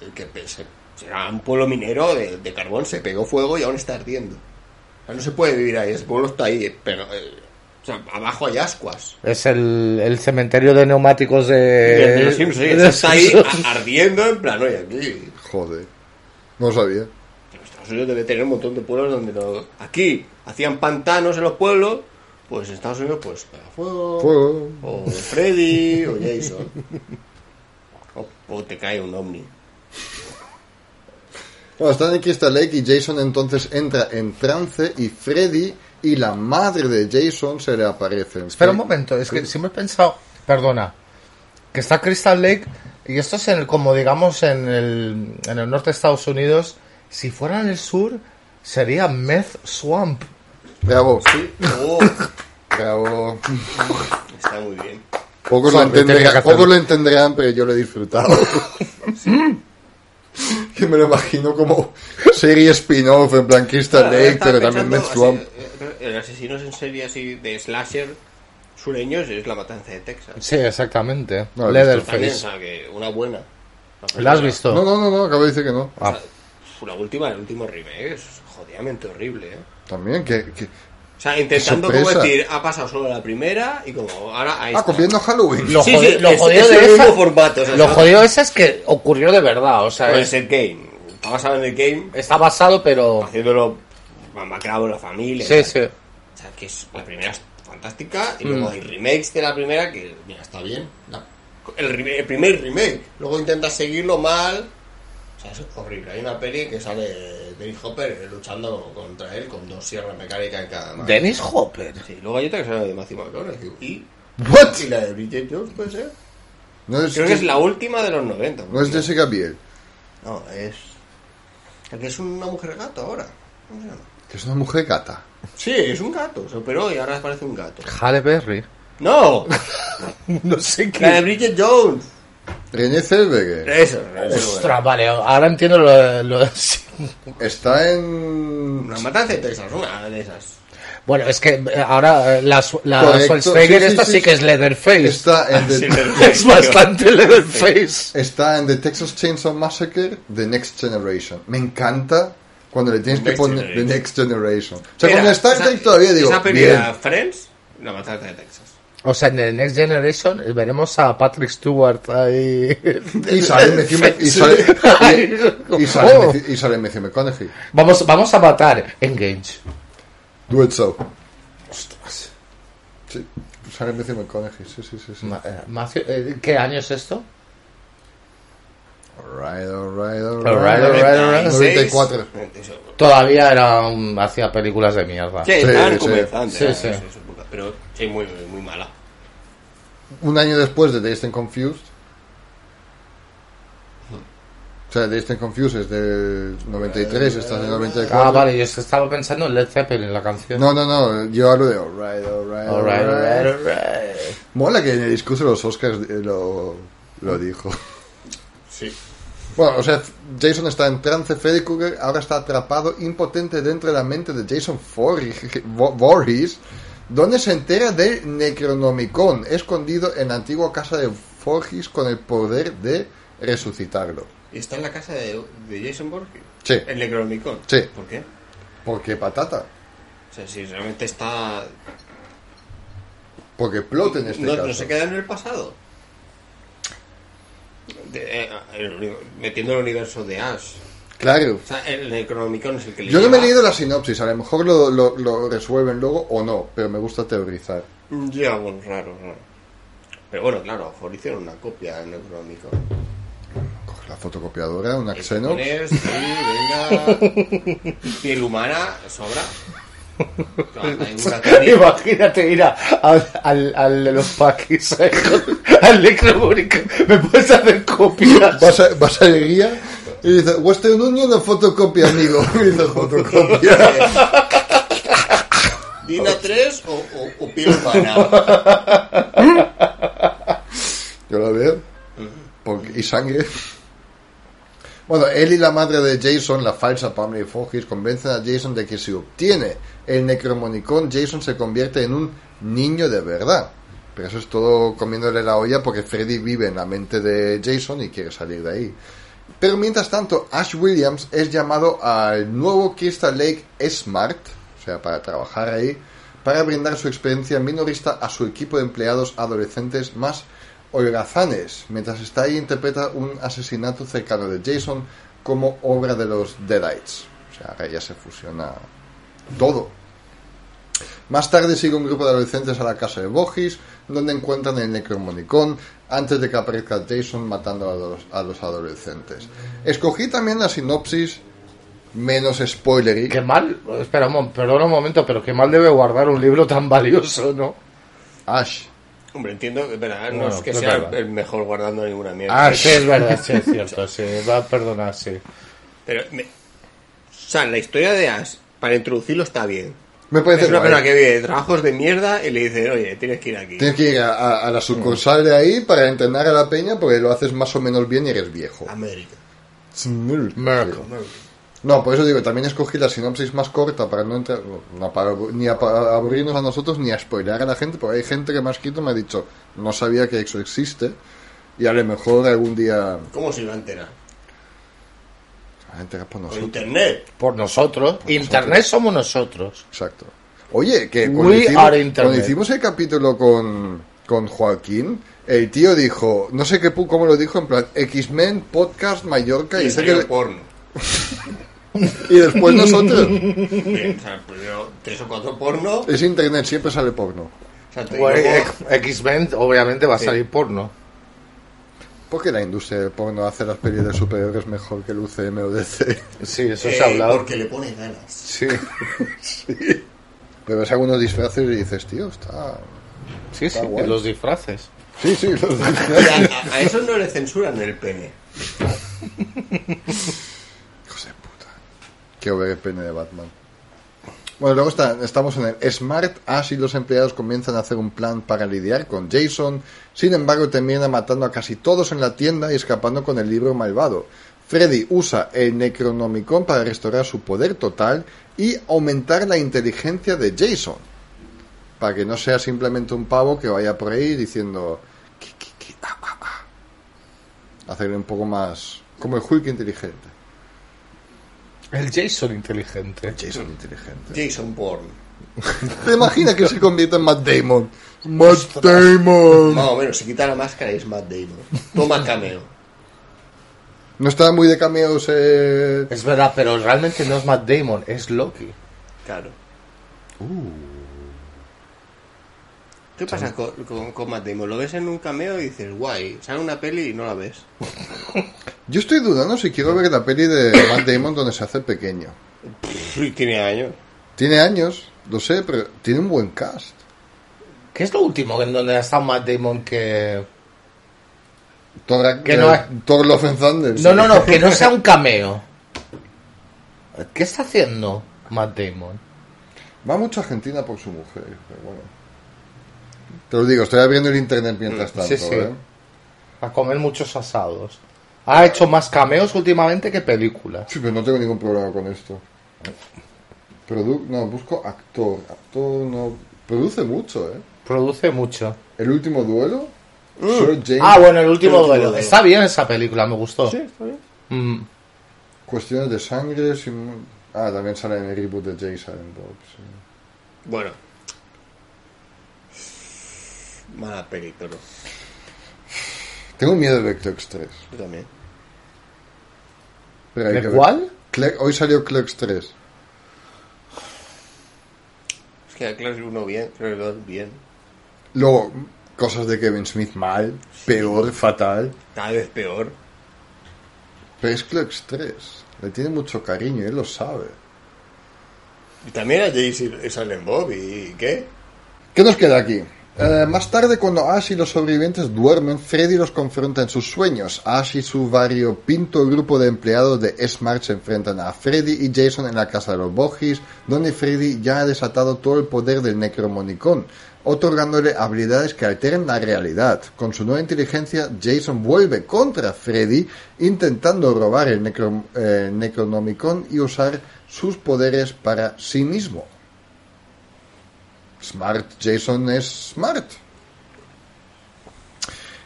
S2: el que pe- se- será un pueblo minero de, de carbón se pegó fuego y aún está ardiendo. O sea, no se puede vivir ahí, ese pueblo está ahí, pero eh, o sea, abajo hay ascuas.
S5: Es el, el cementerio de neumáticos de.
S4: Eh,
S2: De- de los Simpsons, sí,
S5: de los
S2: está ahí
S5: Simpsons.
S2: a- ardiendo en plan, oye, aquí
S4: Joder, no lo sabía.
S2: pero Estados Unidos debe tener un montón de pueblos donde no- aquí hacían pantanos en los pueblos, pues en Estados Unidos pues pega fuego.
S4: Fuego.
S2: O Freddy, o Jason. O, o te cae un ovni.
S4: Bueno, están en Crystal Lake y Jason entonces entra en trance y Freddy y la madre de Jason se le aparecen.
S5: Espera un momento, es que siempre he pensado, perdona, que está Crystal Lake y esto es en el, como digamos en el, en el norte de Estados Unidos, si fuera en el sur sería Meth Swamp.
S4: Bravo,
S2: Oh,
S4: bravo.
S2: está muy bien.
S4: Pocos lo,
S5: Joder, tenía que
S4: entenderán,
S5: hacerlo.
S4: pocos lo entenderán, pero yo lo he disfrutado. que me lo imagino como serie spin-off en plan Crystal Lake,
S2: Estaba
S4: pero también
S2: pensando,
S4: Meth Swamp.
S2: así, eh, El asesino en serie así de slasher sureños es la matanza de Texas.
S5: Sí, exactamente.
S4: No lo he
S2: También, o
S5: Leatherface.
S2: sea, que una buena.
S5: ¿La has
S4: No,
S5: visto?
S4: no, no, no, acabo de decir que no.
S5: Ah,
S2: La última, el último remake es jodidamente horrible, ¿eh?
S4: También, que. que-
S2: O sea, intentando
S4: Qué
S2: como
S4: sorpresa.
S2: decir, ha pasado solo la primera y como ahora ahí
S4: Ah,
S2: está.
S4: copiando Halloween.
S5: lo
S2: Sí,
S5: jodido,
S2: sí,
S5: lo
S2: es-
S5: jodido
S2: es
S5: de
S2: el
S5: esa,
S2: mismo formato, o sea,
S5: lo
S2: ¿no?
S5: jodido de esa es que ocurrió de verdad, o sea,
S2: Pues
S5: es-
S2: el game. Está basado en el game,
S5: está basado pero...
S2: haciéndolo mamacrabo la familia.
S5: Sí, Mm. sí.
S2: O sea, que es, la primera es fantástica y luego hay remakes de la primera que, mira, está bien. La- el, rem- el primer remake. Luego intentas seguirlo mal. O sea, es horrible. Hay una peli que sale Dennis Hopper luchando contra él con dos sierras mecánicas en cada mano.
S5: Dennis Hopper.
S2: Sí, luego hay otra que se llama de Matthew McConaughey. ¿Y?
S4: What?
S2: ¿Y la de Bridget Jones puede ser?
S4: No es,
S2: Creo que es la última de los 90.
S4: no es
S2: porque-
S4: Jessica Biel,
S2: No, es. El que es una mujer gato ahora. ¿Cómo se llama?
S4: que es una mujer gata.
S2: Sí, es un gato, se operó y ahora parece un gato.
S5: Halle Berry. Eh,
S2: ¡No!
S5: No sé
S2: La de Bridget Jones.
S4: René Zellweger
S2: Eso,
S5: Ostras, pues, vale, ahora entiendo lo, lo- sí.
S4: está en...
S2: Eh. Una matanza de Texas, una de esas.
S5: Bueno, es que eh, ahora eh, la, su- la
S4: Correcto,
S5: Schwarzenegger
S4: sí, sí,
S5: esta
S4: sí,
S5: sí,
S4: sí.
S5: que es Leatherface.
S4: Está
S2: Ah,
S4: en, the,
S5: Es bastante Leatherface.
S4: está en The Texas Chainsaw Massacre, The Next Generation. Me encanta cuando le tienes que
S2: Next
S4: poner The
S2: Generation.
S4: Next Generation. O sea,
S2: Mira,
S4: con Star
S2: esa-
S4: Trek todavía digo,
S2: Esa película,
S4: bien.
S2: Friends, la matanza de Texas.
S5: O sea, en el Next Generation eh, veremos a Patrick Stewart ahí.
S4: Y sale Matthew Mc- y sale- y- y sale
S5: Oh.
S4: Matthew- y sale Matthew McConaughey.
S5: Vamos, vamos a matar Engage.
S4: Do it so. Sí, sale Matthew McConaughey, sí, sí, sí. sí.
S5: Ma- eh, Matthew- eh, ¿Qué año es esto?
S4: Alright, alright, alright.
S5: Alright, alright, alright.
S4: 94.
S2: 96.
S5: Todavía era un- hacía películas de mierda.
S2: Sí,
S4: Sí,
S2: estaban
S4: sí.
S2: comenzando.
S5: Sí,
S2: eh,
S5: sí.
S2: su puta- Pero sí, muy, muy mala.
S4: Un año después de Dazed and Confused. O sea, Dazed and Confused es del 93, esta es del 94.
S5: Ah, vale, yo es que estaba pensando en Led Zeppelin, la canción.
S4: No, no, no, yo hablo de alright, alright,
S5: Alright,
S4: alright.
S5: alright, alright.
S4: Mola que en el discurso de los Oscars eh, lo, lo dijo.
S2: Sí.
S4: Bueno, o sea, Jason está en trance, Freddy Krueger ahora está atrapado, impotente dentro de la mente de Jason Voorhi- Vo- Voorhees, donde se entera del Necronomicon, escondido en la antigua casa de Voorhees con el poder de resucitarlo.
S2: Y está en la casa de, de Jason Borges.
S4: Sí.
S2: El Necronomicon.
S4: Sí.
S2: ¿Por qué?
S4: Porque patata,
S2: O sea, si realmente está.
S4: porque plot en este
S2: no,
S4: caso.
S2: no se queda en el pasado. De- eh, el uni- metiendo el universo de Ash.
S4: Claro.
S2: O sea, el Necronomicon es el que le
S4: Yo no me he
S2: lleva-
S4: leído la sinopsis, a lo mejor lo, lo- lo resuelven luego o no, pero me gusta teorizar.
S2: Ya, bueno, raro, raro. Pero bueno, claro, a lo mejor hicieron una copia del Necronomicon.
S4: Coge la fotocopiadora, una
S2: El
S4: Xenos.
S2: japonés, Sí, venga. Piel humana, sobra. Hay un gato
S5: Imagínate ir a- al, al, al de los paquis, al Necronomicon. ¿Me puedes hacer copias?
S4: Vas a, vas a la guía y dice, Western Union o fotocopia, amigo. Y dice,
S2: Eh,
S4: fotocopia.
S2: Dina 3 o, o, o piel humana.
S4: Yo la veo. Porque- y sangre. Bueno, él y la madre de Jason, la falsa Pamela Fogis, convencen a Jason de que si obtiene el Necromonicon, Jason se convierte en un niño de verdad. Pero eso es todo comiéndole la olla porque Freddy vive en la mente de Jason y quiere salir de ahí. Pero mientras tanto, Ash Williams es llamado al nuevo Crystal Lake Smart, o sea, para trabajar ahí, para brindar su experiencia minorista a su equipo de empleados adolescentes más holgazanes. Mientras está ahí, e interpreta un asesinato cercano de Jason como obra de los Deadites. O sea, ahora ya se fusiona todo. Más tarde sigue un grupo de adolescentes a la casa de Bogis, donde encuentran el Necromonicon antes de que aparezca Jason matando a los, a los adolescentes. Escogí también la sinopsis menos spoilery.
S5: Qué mal, espera, un mom- perdona un momento, pero qué mal debe guardar un libro tan valioso, ¿no?
S4: Ash.
S2: Hombre, entiendo que verdad, no
S5: Bueno,
S2: es que
S5: es
S2: sea
S5: verdad.
S2: el mejor guardando ninguna mierda.
S5: Ah, sí, es verdad, sí, es cierto, sí, va a perdonar, sí.
S2: Pero, me- o sea, la historia de Ash, para introducirlo está bien.
S4: Me parece
S5: Este
S2: Es una
S4: guay.
S5: eh.
S2: persona que vive de trabajos de mierda y le dice, oye, tienes que ir aquí.
S4: Tienes que ir a, a- a la sucursal de ahí para entrenar a la peña porque lo haces más o menos bien y eres viejo.
S2: América.
S4: Merkel. No, por eso digo, también escogí la sinopsis más corta para no, entrar, no para abu- ni a, para aburrirnos a nosotros ni a spoilear a la gente, porque hay gente que me ha escrito y me ha dicho, no sabía que eso existe, y a lo mejor algún día...
S2: ¿Cómo se iba a enterar?
S4: La gente era por
S2: Por
S4: nosotros.
S2: internet.
S5: Por nosotros, Internet somos nosotros.
S4: Exacto. Oye, que
S5: We
S4: cuando
S5: are
S4: hicimos,
S5: Internet.
S4: cuando hicimos el capítulo con, con Joaquín, el tío dijo, no sé qué pu- cómo lo dijo, en plan, X-Men, podcast, Mallorca,
S2: Y
S4: y,
S2: le
S4: sé
S2: salió
S4: que-
S2: el porno.
S4: y después nosotros.
S2: Bien, o sea, primero tres o cuatro porno.
S4: es internet, siempre sale porno.
S2: O sea, te- y
S5: Bueno,
S2: luego-
S5: X- X-Men obviamente va a salir porno.
S4: ¿Por qué la industria del porno hace las pelis de superhéroes mejor que el UCM o DC?
S5: Sí, eso se
S7: Eh,
S5: ha hablado.
S7: Porque le pone ganas.
S4: Sí. Pero ves algunos disfraces y dices, tío, está...
S5: Sí, sí,
S4: Está guay.
S5: los disfraces.
S4: Sí, sí, los
S7: O
S4: disfraces.
S7: sea, a, a eso no le censuran el pene.
S4: Hijos de puta. Quiero ver el pene de Batman. Bueno, luego está- estamos en el Smart. Ash y los empleados comienzan a hacer un plan para lidiar con Jason. Sin embargo, termina matando a casi todos en la tienda y escapando con el libro malvado. Freddy usa el Necronomicon para restaurar su poder total y aumentar la inteligencia de Jason. Para que no sea simplemente un pavo que vaya por ahí diciendo... "Ki, ki, ki, ah, ah, ah". Hacerle un poco más... Como el Hulk inteligente.
S5: El Jason inteligente.
S4: Jason inteligente.
S7: Jason Bourne.
S4: ¿Te imaginas que se convierta en Matt Damon? Matt Damon.
S7: Más o menos, se quita la máscara y es Matt Damon. Toma cameo.
S4: No estaba muy de cameos. Eh...
S5: Es verdad, pero realmente no es Matt Damon, es Loki.
S7: Claro. Uh. ¿Qué pasa con, con, con Matt Damon? Lo ves en un cameo y dices, guay, sale una peli y no la ves.
S4: Yo estoy dudando si quiero ver la peli de Matt Damon donde se hace pequeño.
S7: Y tiene años.
S4: Tiene años, lo sé, pero tiene un buen cast.
S5: ¿Qué es lo último en donde ha estado Matt Damon que...
S4: Thor,
S5: Que no
S4: eh, Thor Love and Thunder.
S5: No, no, no, que no sea un cameo. ¿Qué está haciendo Matt Damon?
S4: Va mucho a Argentina por su mujer, pero bueno. Te lo digo, estoy abriendo el internet mientras tanto.
S5: Mm, Sí, sí.
S4: ¿eh?
S5: A comer muchos asados. Ha hecho más cameos últimamente que películas.
S4: Sí, pero no tengo ningún problema con esto. Produ- no, busco actor. Actor no. Produce mucho, ¿eh?
S5: Produce mucho.
S4: El último duelo. Sir James
S5: Ah, bueno, el último
S7: El último
S5: duelo.
S7: duelo.
S5: Está bien esa película, me gustó. Mm,
S4: Cuestiones de sangre. Sin... Ah, también sale en el reboot de Jay Silent Bob. sí.
S7: Bueno. Mala peli, pero
S4: Tengo miedo de ver Clerks 3.
S7: yo también.
S4: Pero hay que
S5: ¿De
S4: ver.
S5: cuál?
S4: Clerk- Hoy salió Clerks 3.
S7: Es que a clase uno bien, creo que dos bien.
S4: Luego, cosas de Kevin Smith mal, peor, fatal.
S7: Cada vez peor.
S4: Pero es Clerks 3. Le tiene mucho cariño, él lo sabe.
S7: Y también a Jay Silent Bob y ¿qué?
S4: ¿Qué nos queda aquí? Eh, más tarde, cuando Ash y los sobrevivientes duermen, Freddy los confronta en sus sueños. Ash y su variopinto grupo de empleados de Smart se enfrentan a Freddy y Jason en la casa de los Bogis, donde Freddy ya ha desatado todo el poder del Necromonicon, otorgándole habilidades que alteran la realidad. Con su nueva inteligencia, Jason vuelve contra Freddy, intentando robar el Necro- eh, Necronomicon y usar sus poderes para sí mismo. Smart Jason es Smart.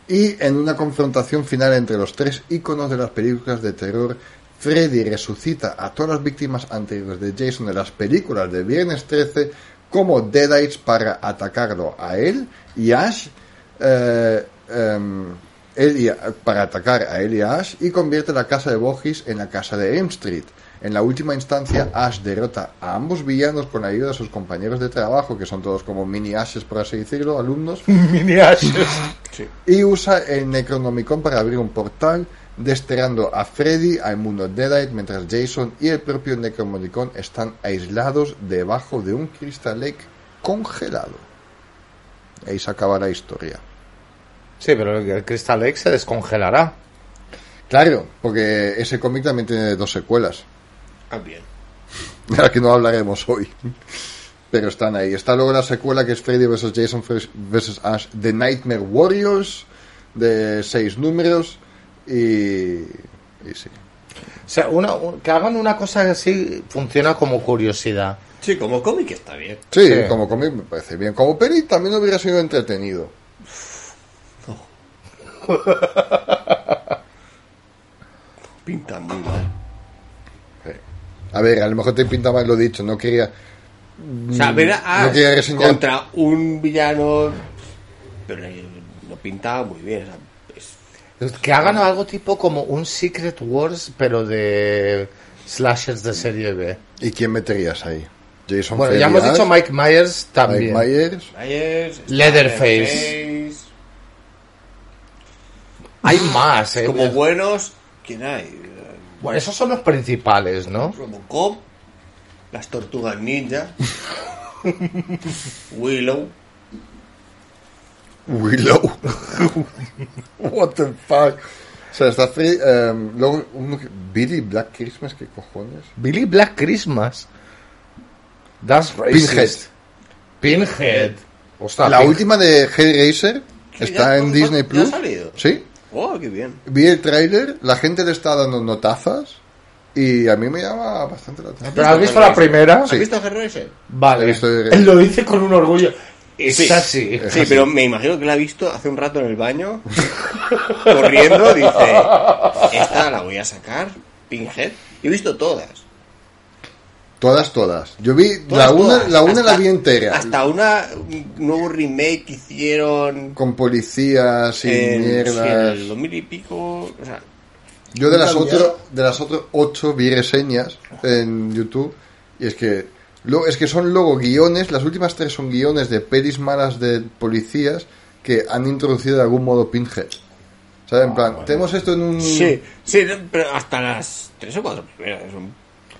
S4: Y en una confrontación final entre los tres íconos de las películas de terror, Freddy resucita a todas las víctimas anteriores de Jason de las películas de Viernes 13 como Deadites para atacarlo a él y Ash, eh, em, él y- para atacar a él y a Ash y convierte la casa de Bogis en la casa de Elm Street. En la última instancia, Ash derrota a ambos villanos con la ayuda de sus compañeros de trabajo, que son todos como mini Ashes, por así decirlo, alumnos,
S5: Mini Ashes.
S4: y usa el Necronomicon para abrir un portal, desterrando a Freddy al mundo Deadite, mientras Jason y el propio Necronomicon están aislados debajo de un Crystal Lake congelado. Ahí se acaba la historia.
S5: Sí, pero el el Crystal Lake se descongelará.
S4: Claro, porque ese cómic también tiene dos secuelas,
S7: Ah, bien.
S4: de las que no hablaremos hoy. Pero están ahí. Está luego la secuela que es Freddy vs. Jason vs. Ash, The Nightmare Warriors, de seis números, y... y sí.
S5: O sea, una- un- que hagan una cosa que así funciona como curiosidad.
S7: Sí, como cómic está bien.
S4: Sí,
S5: Sí.
S4: como cómic me parece bien. Como peli también hubiera sido entretenido.
S7: Pinta muy mal.
S4: A ver, a lo mejor te pinta mal lo dicho, no quería...
S7: O sea,
S5: Mm,
S7: ver a
S4: no
S7: Ash
S4: quería reseñar.
S7: contra un villano. Pero eh, lo pintaba muy bien. o sea, es-
S5: Que hagan algo tipo como un Secret Wars, pero de slashers de serie B.
S4: ¿Y quién meterías ahí? Jason
S5: Bueno,
S4: Freddy
S5: ya hemos
S4: Ash,
S5: dicho Mike Myers
S4: Mike
S5: también.
S4: Myers.
S7: Myers,
S5: Leatherface.
S7: Leatherface.
S5: Hay más, ¿eh?
S2: Como buenos, ¿quién hay?
S5: Bueno, esos son los principales, ¿no?
S2: Robocop, las tortugas ninja, Willow.
S4: Willow. What the fuck. O sea, está free. em, luego, uno que- Billy Black Christmas, ¿qué cojones?
S5: Billy Black Christmas. That's
S4: Pinhead.
S5: racist. Pinhead. Ostras,
S4: La
S5: Pin-
S4: última de Hellraiser
S2: ¿Qué?
S4: está
S2: Ah, ¿Ya-
S4: en
S2: ya-
S4: Disney
S2: ya ha
S4: Plus.
S2: salido?
S4: Sí.
S2: Oh, qué bien.
S4: Vi el tráiler, la gente le está dando notazas y a mí me llama bastante la atención.
S5: ¿Pero has visto la primera?
S2: ¿Has visto Hellraiser?
S5: Vale.
S4: He visto-
S5: Él lo dice con un orgullo. Es
S2: Sí.
S5: así.
S2: Sí, pero me imagino que la ha visto hace un rato en el baño, corriendo, dice, esta la voy a sacar, Pinhead. Yo he visto todas.
S4: Todas, todas. Yo vi
S2: todas,
S4: la una,
S2: todas.
S4: la una
S2: Hasta-
S4: la vi entera.
S2: Hasta una, un nuevo remake que hicieron
S4: Con policías y
S2: en, sí, en
S4: mierdas.
S2: el 2000 y pico. O sea,
S4: Yo de las
S2: Nunca vi
S4: otro, de las otras ocho vi reseñas en YouTube y es que lo, es que son luego guiones, las últimas tres son guiones de pelis malas de policías que han introducido de algún modo Pinhead. ¿Sabes? En plan, tenemos esto en un
S2: sí, sí, no, pero hasta las tres o cuatro primeras son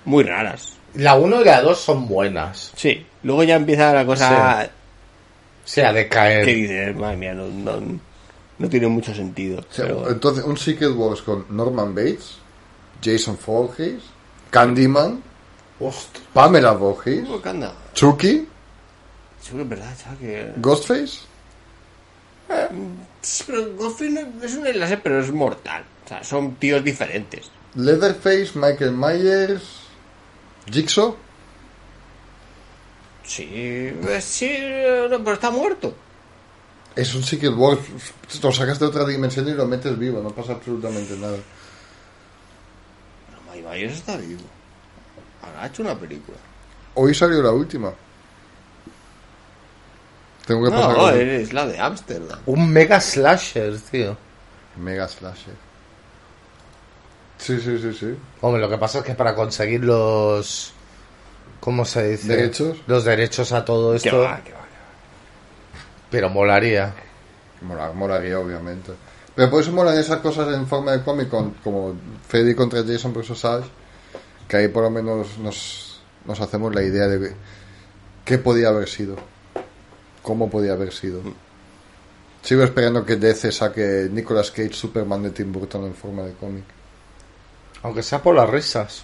S2: muy raras.
S5: La 1 y la 2 son buenas.
S2: Sí, luego ya empieza la cosa
S5: O sea, de
S2: que
S5: caer.
S2: dices, madre mía, no, no, no tiene mucho sentido.
S4: O sea,
S2: pero-
S4: entonces un Secret Wars con Norman Bates, Jason Voorhees, Candyman,
S5: Ostras.
S4: Pamela Voorhees,
S2: ¿Qué anda?
S4: Chucky,
S2: Seguro es verdad, chaval, que...
S4: Ghostface.
S2: Pero Ghostface no- es un enlace, pero es mortal. O sea, son tíos diferentes.
S4: Leatherface, Michael Myers, Jigsaw.
S2: Sí, eh, sí, eh, no, pero está muerto.
S4: Es un Secret Wars. Lo sacas de otra dimensión y lo metes vivo. No pasa absolutamente nada.
S2: Pero Mike Myers está vivo. Ahora ha hecho una película.
S4: Hoy salió la última. Tengo que
S2: No,
S4: pasar
S2: no,
S4: con
S2: es la de Ámsterdam.
S5: Un mega slasher, tío.
S4: Mega Slasher. Sí, sí, sí, sí.
S5: Hombre, lo que pasa es que para conseguir los. ¿Cómo se dice?
S4: ¿Derechos?
S5: Los derechos a todo
S2: Qué
S5: esto.
S2: va, qué va, qué va.
S5: Pero molaría.
S4: Mola- molaría, obviamente. Pero por eso molan esas cosas en forma de cómic, con- como Freddy contra Jason vs. Ash, que ahí por lo menos nos, nos hacemos la idea de qué podía haber sido, cómo podía haber sido.
S2: Mm.
S4: Sigo esperando que DC saque Nicolas Cage Superman de Tim Burton en forma de cómic.
S5: Aunque sea por las risas.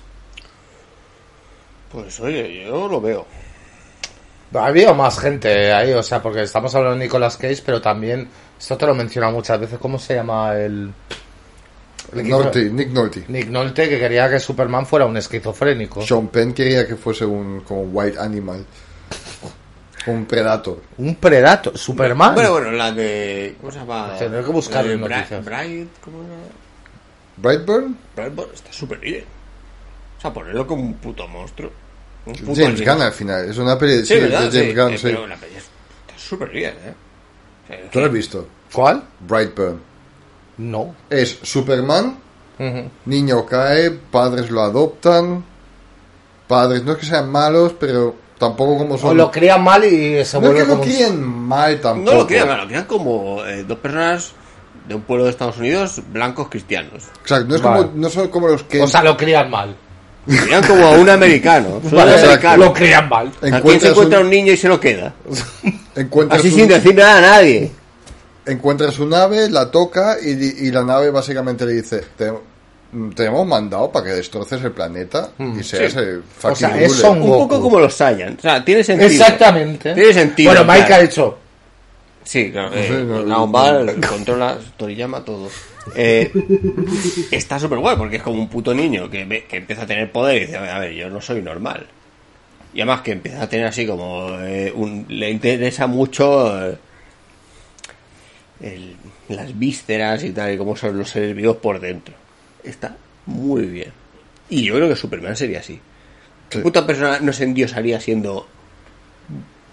S2: Pues oye, yo lo veo.
S5: Ha habido más gente ahí, o sea, porque estamos hablando de Nicolas Cage, pero también. Esto te lo he mencionado muchas veces. ¿Cómo se llama el. el que hizo-
S4: Nolte, Nick Nolte.
S5: Nick Nolte, que quería que Superman fuera un esquizofrénico.
S4: Sean Penn quería que fuese un como White Animal, un Predator.
S5: Un predato. Superman.
S2: Bueno, bueno, la de... ¿Cómo se llama?
S5: Tendré que buscar
S2: La de
S5: en
S2: Bra-
S5: noticias.
S2: Bright, ¿cómo era?
S4: Brightburn,
S2: Brightburn está súper bien. O sea, ponerlo como un puto monstruo. Un puto
S4: James
S2: alien.
S4: Gunn al final. Es una peli de,
S2: Sí,
S4: sí,
S2: ¿verdad?
S4: de James
S2: Sí,
S4: Gunn,
S2: eh,
S4: sí.
S2: Pero la peli está súper bien, ¿eh? O sea,
S4: ¿Tú lo has visto?
S5: ¿Cuál?
S4: Brightburn.
S5: No.
S4: Es Superman,
S5: Ujú.
S4: niño cae, padres lo adoptan, padres no es que sean malos, pero tampoco como
S5: O
S4: son...
S5: lo crían mal y se
S4: no es
S5: vuelve
S4: que lo
S5: como un-
S4: críen mal tampoco.
S2: No lo crean, lo crean como eh, dos personas de un pueblo de Estados Unidos, blancos cristianos.
S4: Exacto, no, es
S5: Vale.
S4: como, no son como los que
S5: O sea, lo crían mal.
S2: Crean como a un americano. Son
S4: Vale,
S2: americanos.
S5: Lo crían mal.
S2: Aquí se
S4: encuentras,
S2: encuentra
S4: un-
S2: un niño y se lo queda.
S4: encuentras,
S2: Así
S4: un-
S2: sin decir nada a nadie.
S4: encuentra su nave, la toca y, y la nave básicamente le dice... Te, te hemos mandado para que destroces el planeta y seas el fucking
S5: Mm. O sea, es
S4: ruler".
S5: Son
S2: Un poco
S5: Goku.
S2: como los Saiyans. O sea, tiene sentido.
S5: Exactamente.
S2: Tiene sentido.
S5: Bueno, Mike
S2: claro.
S5: ha dicho.
S2: Sí, claro.
S4: sé,
S2: eh,
S4: no,
S2: Dragon
S4: no.
S2: Ball controla Toriyama todo. Eh, está súper guay porque es como un puto niño que, ve- que empieza a tener poder y dice, a ver, yo no soy normal. Y además que empieza a tener así como... eh, un- le interesa mucho eh, el- las vísceras y tal, y cómo son los seres vivos por dentro. Está muy bien. Y yo creo que Superman sería así. ¿Qué puta persona no se endiosaría siendo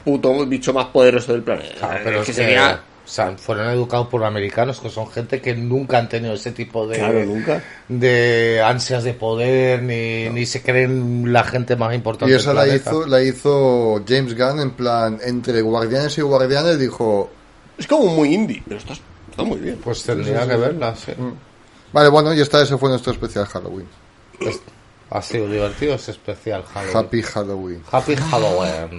S2: puto bicho más poderoso del planeta?
S5: Claro,
S2: Es
S5: "Ah, pero
S2: que
S5: es que,
S2: sería...
S5: o sea, fueron educados por americanos, que son gente que nunca han tenido ese tipo de,
S2: Claro, nunca.
S5: de ansias de poder, ni, ni se creen la gente más importante.
S4: Y esa
S5: del
S4: la
S5: planeta.
S4: hizo, la hizo James Gunn en plan, entre guardianes y guardianes dijo,
S2: Es como muy indie, pero estás
S7: Está muy bien.
S5: Pues tendría que verla, sí.
S4: Vale, bueno, y esta ese fue nuestro especial Halloween.
S5: Es- Ha sido divertido ese especial Halloween.
S4: Happy Halloween.
S5: Happy Halloween.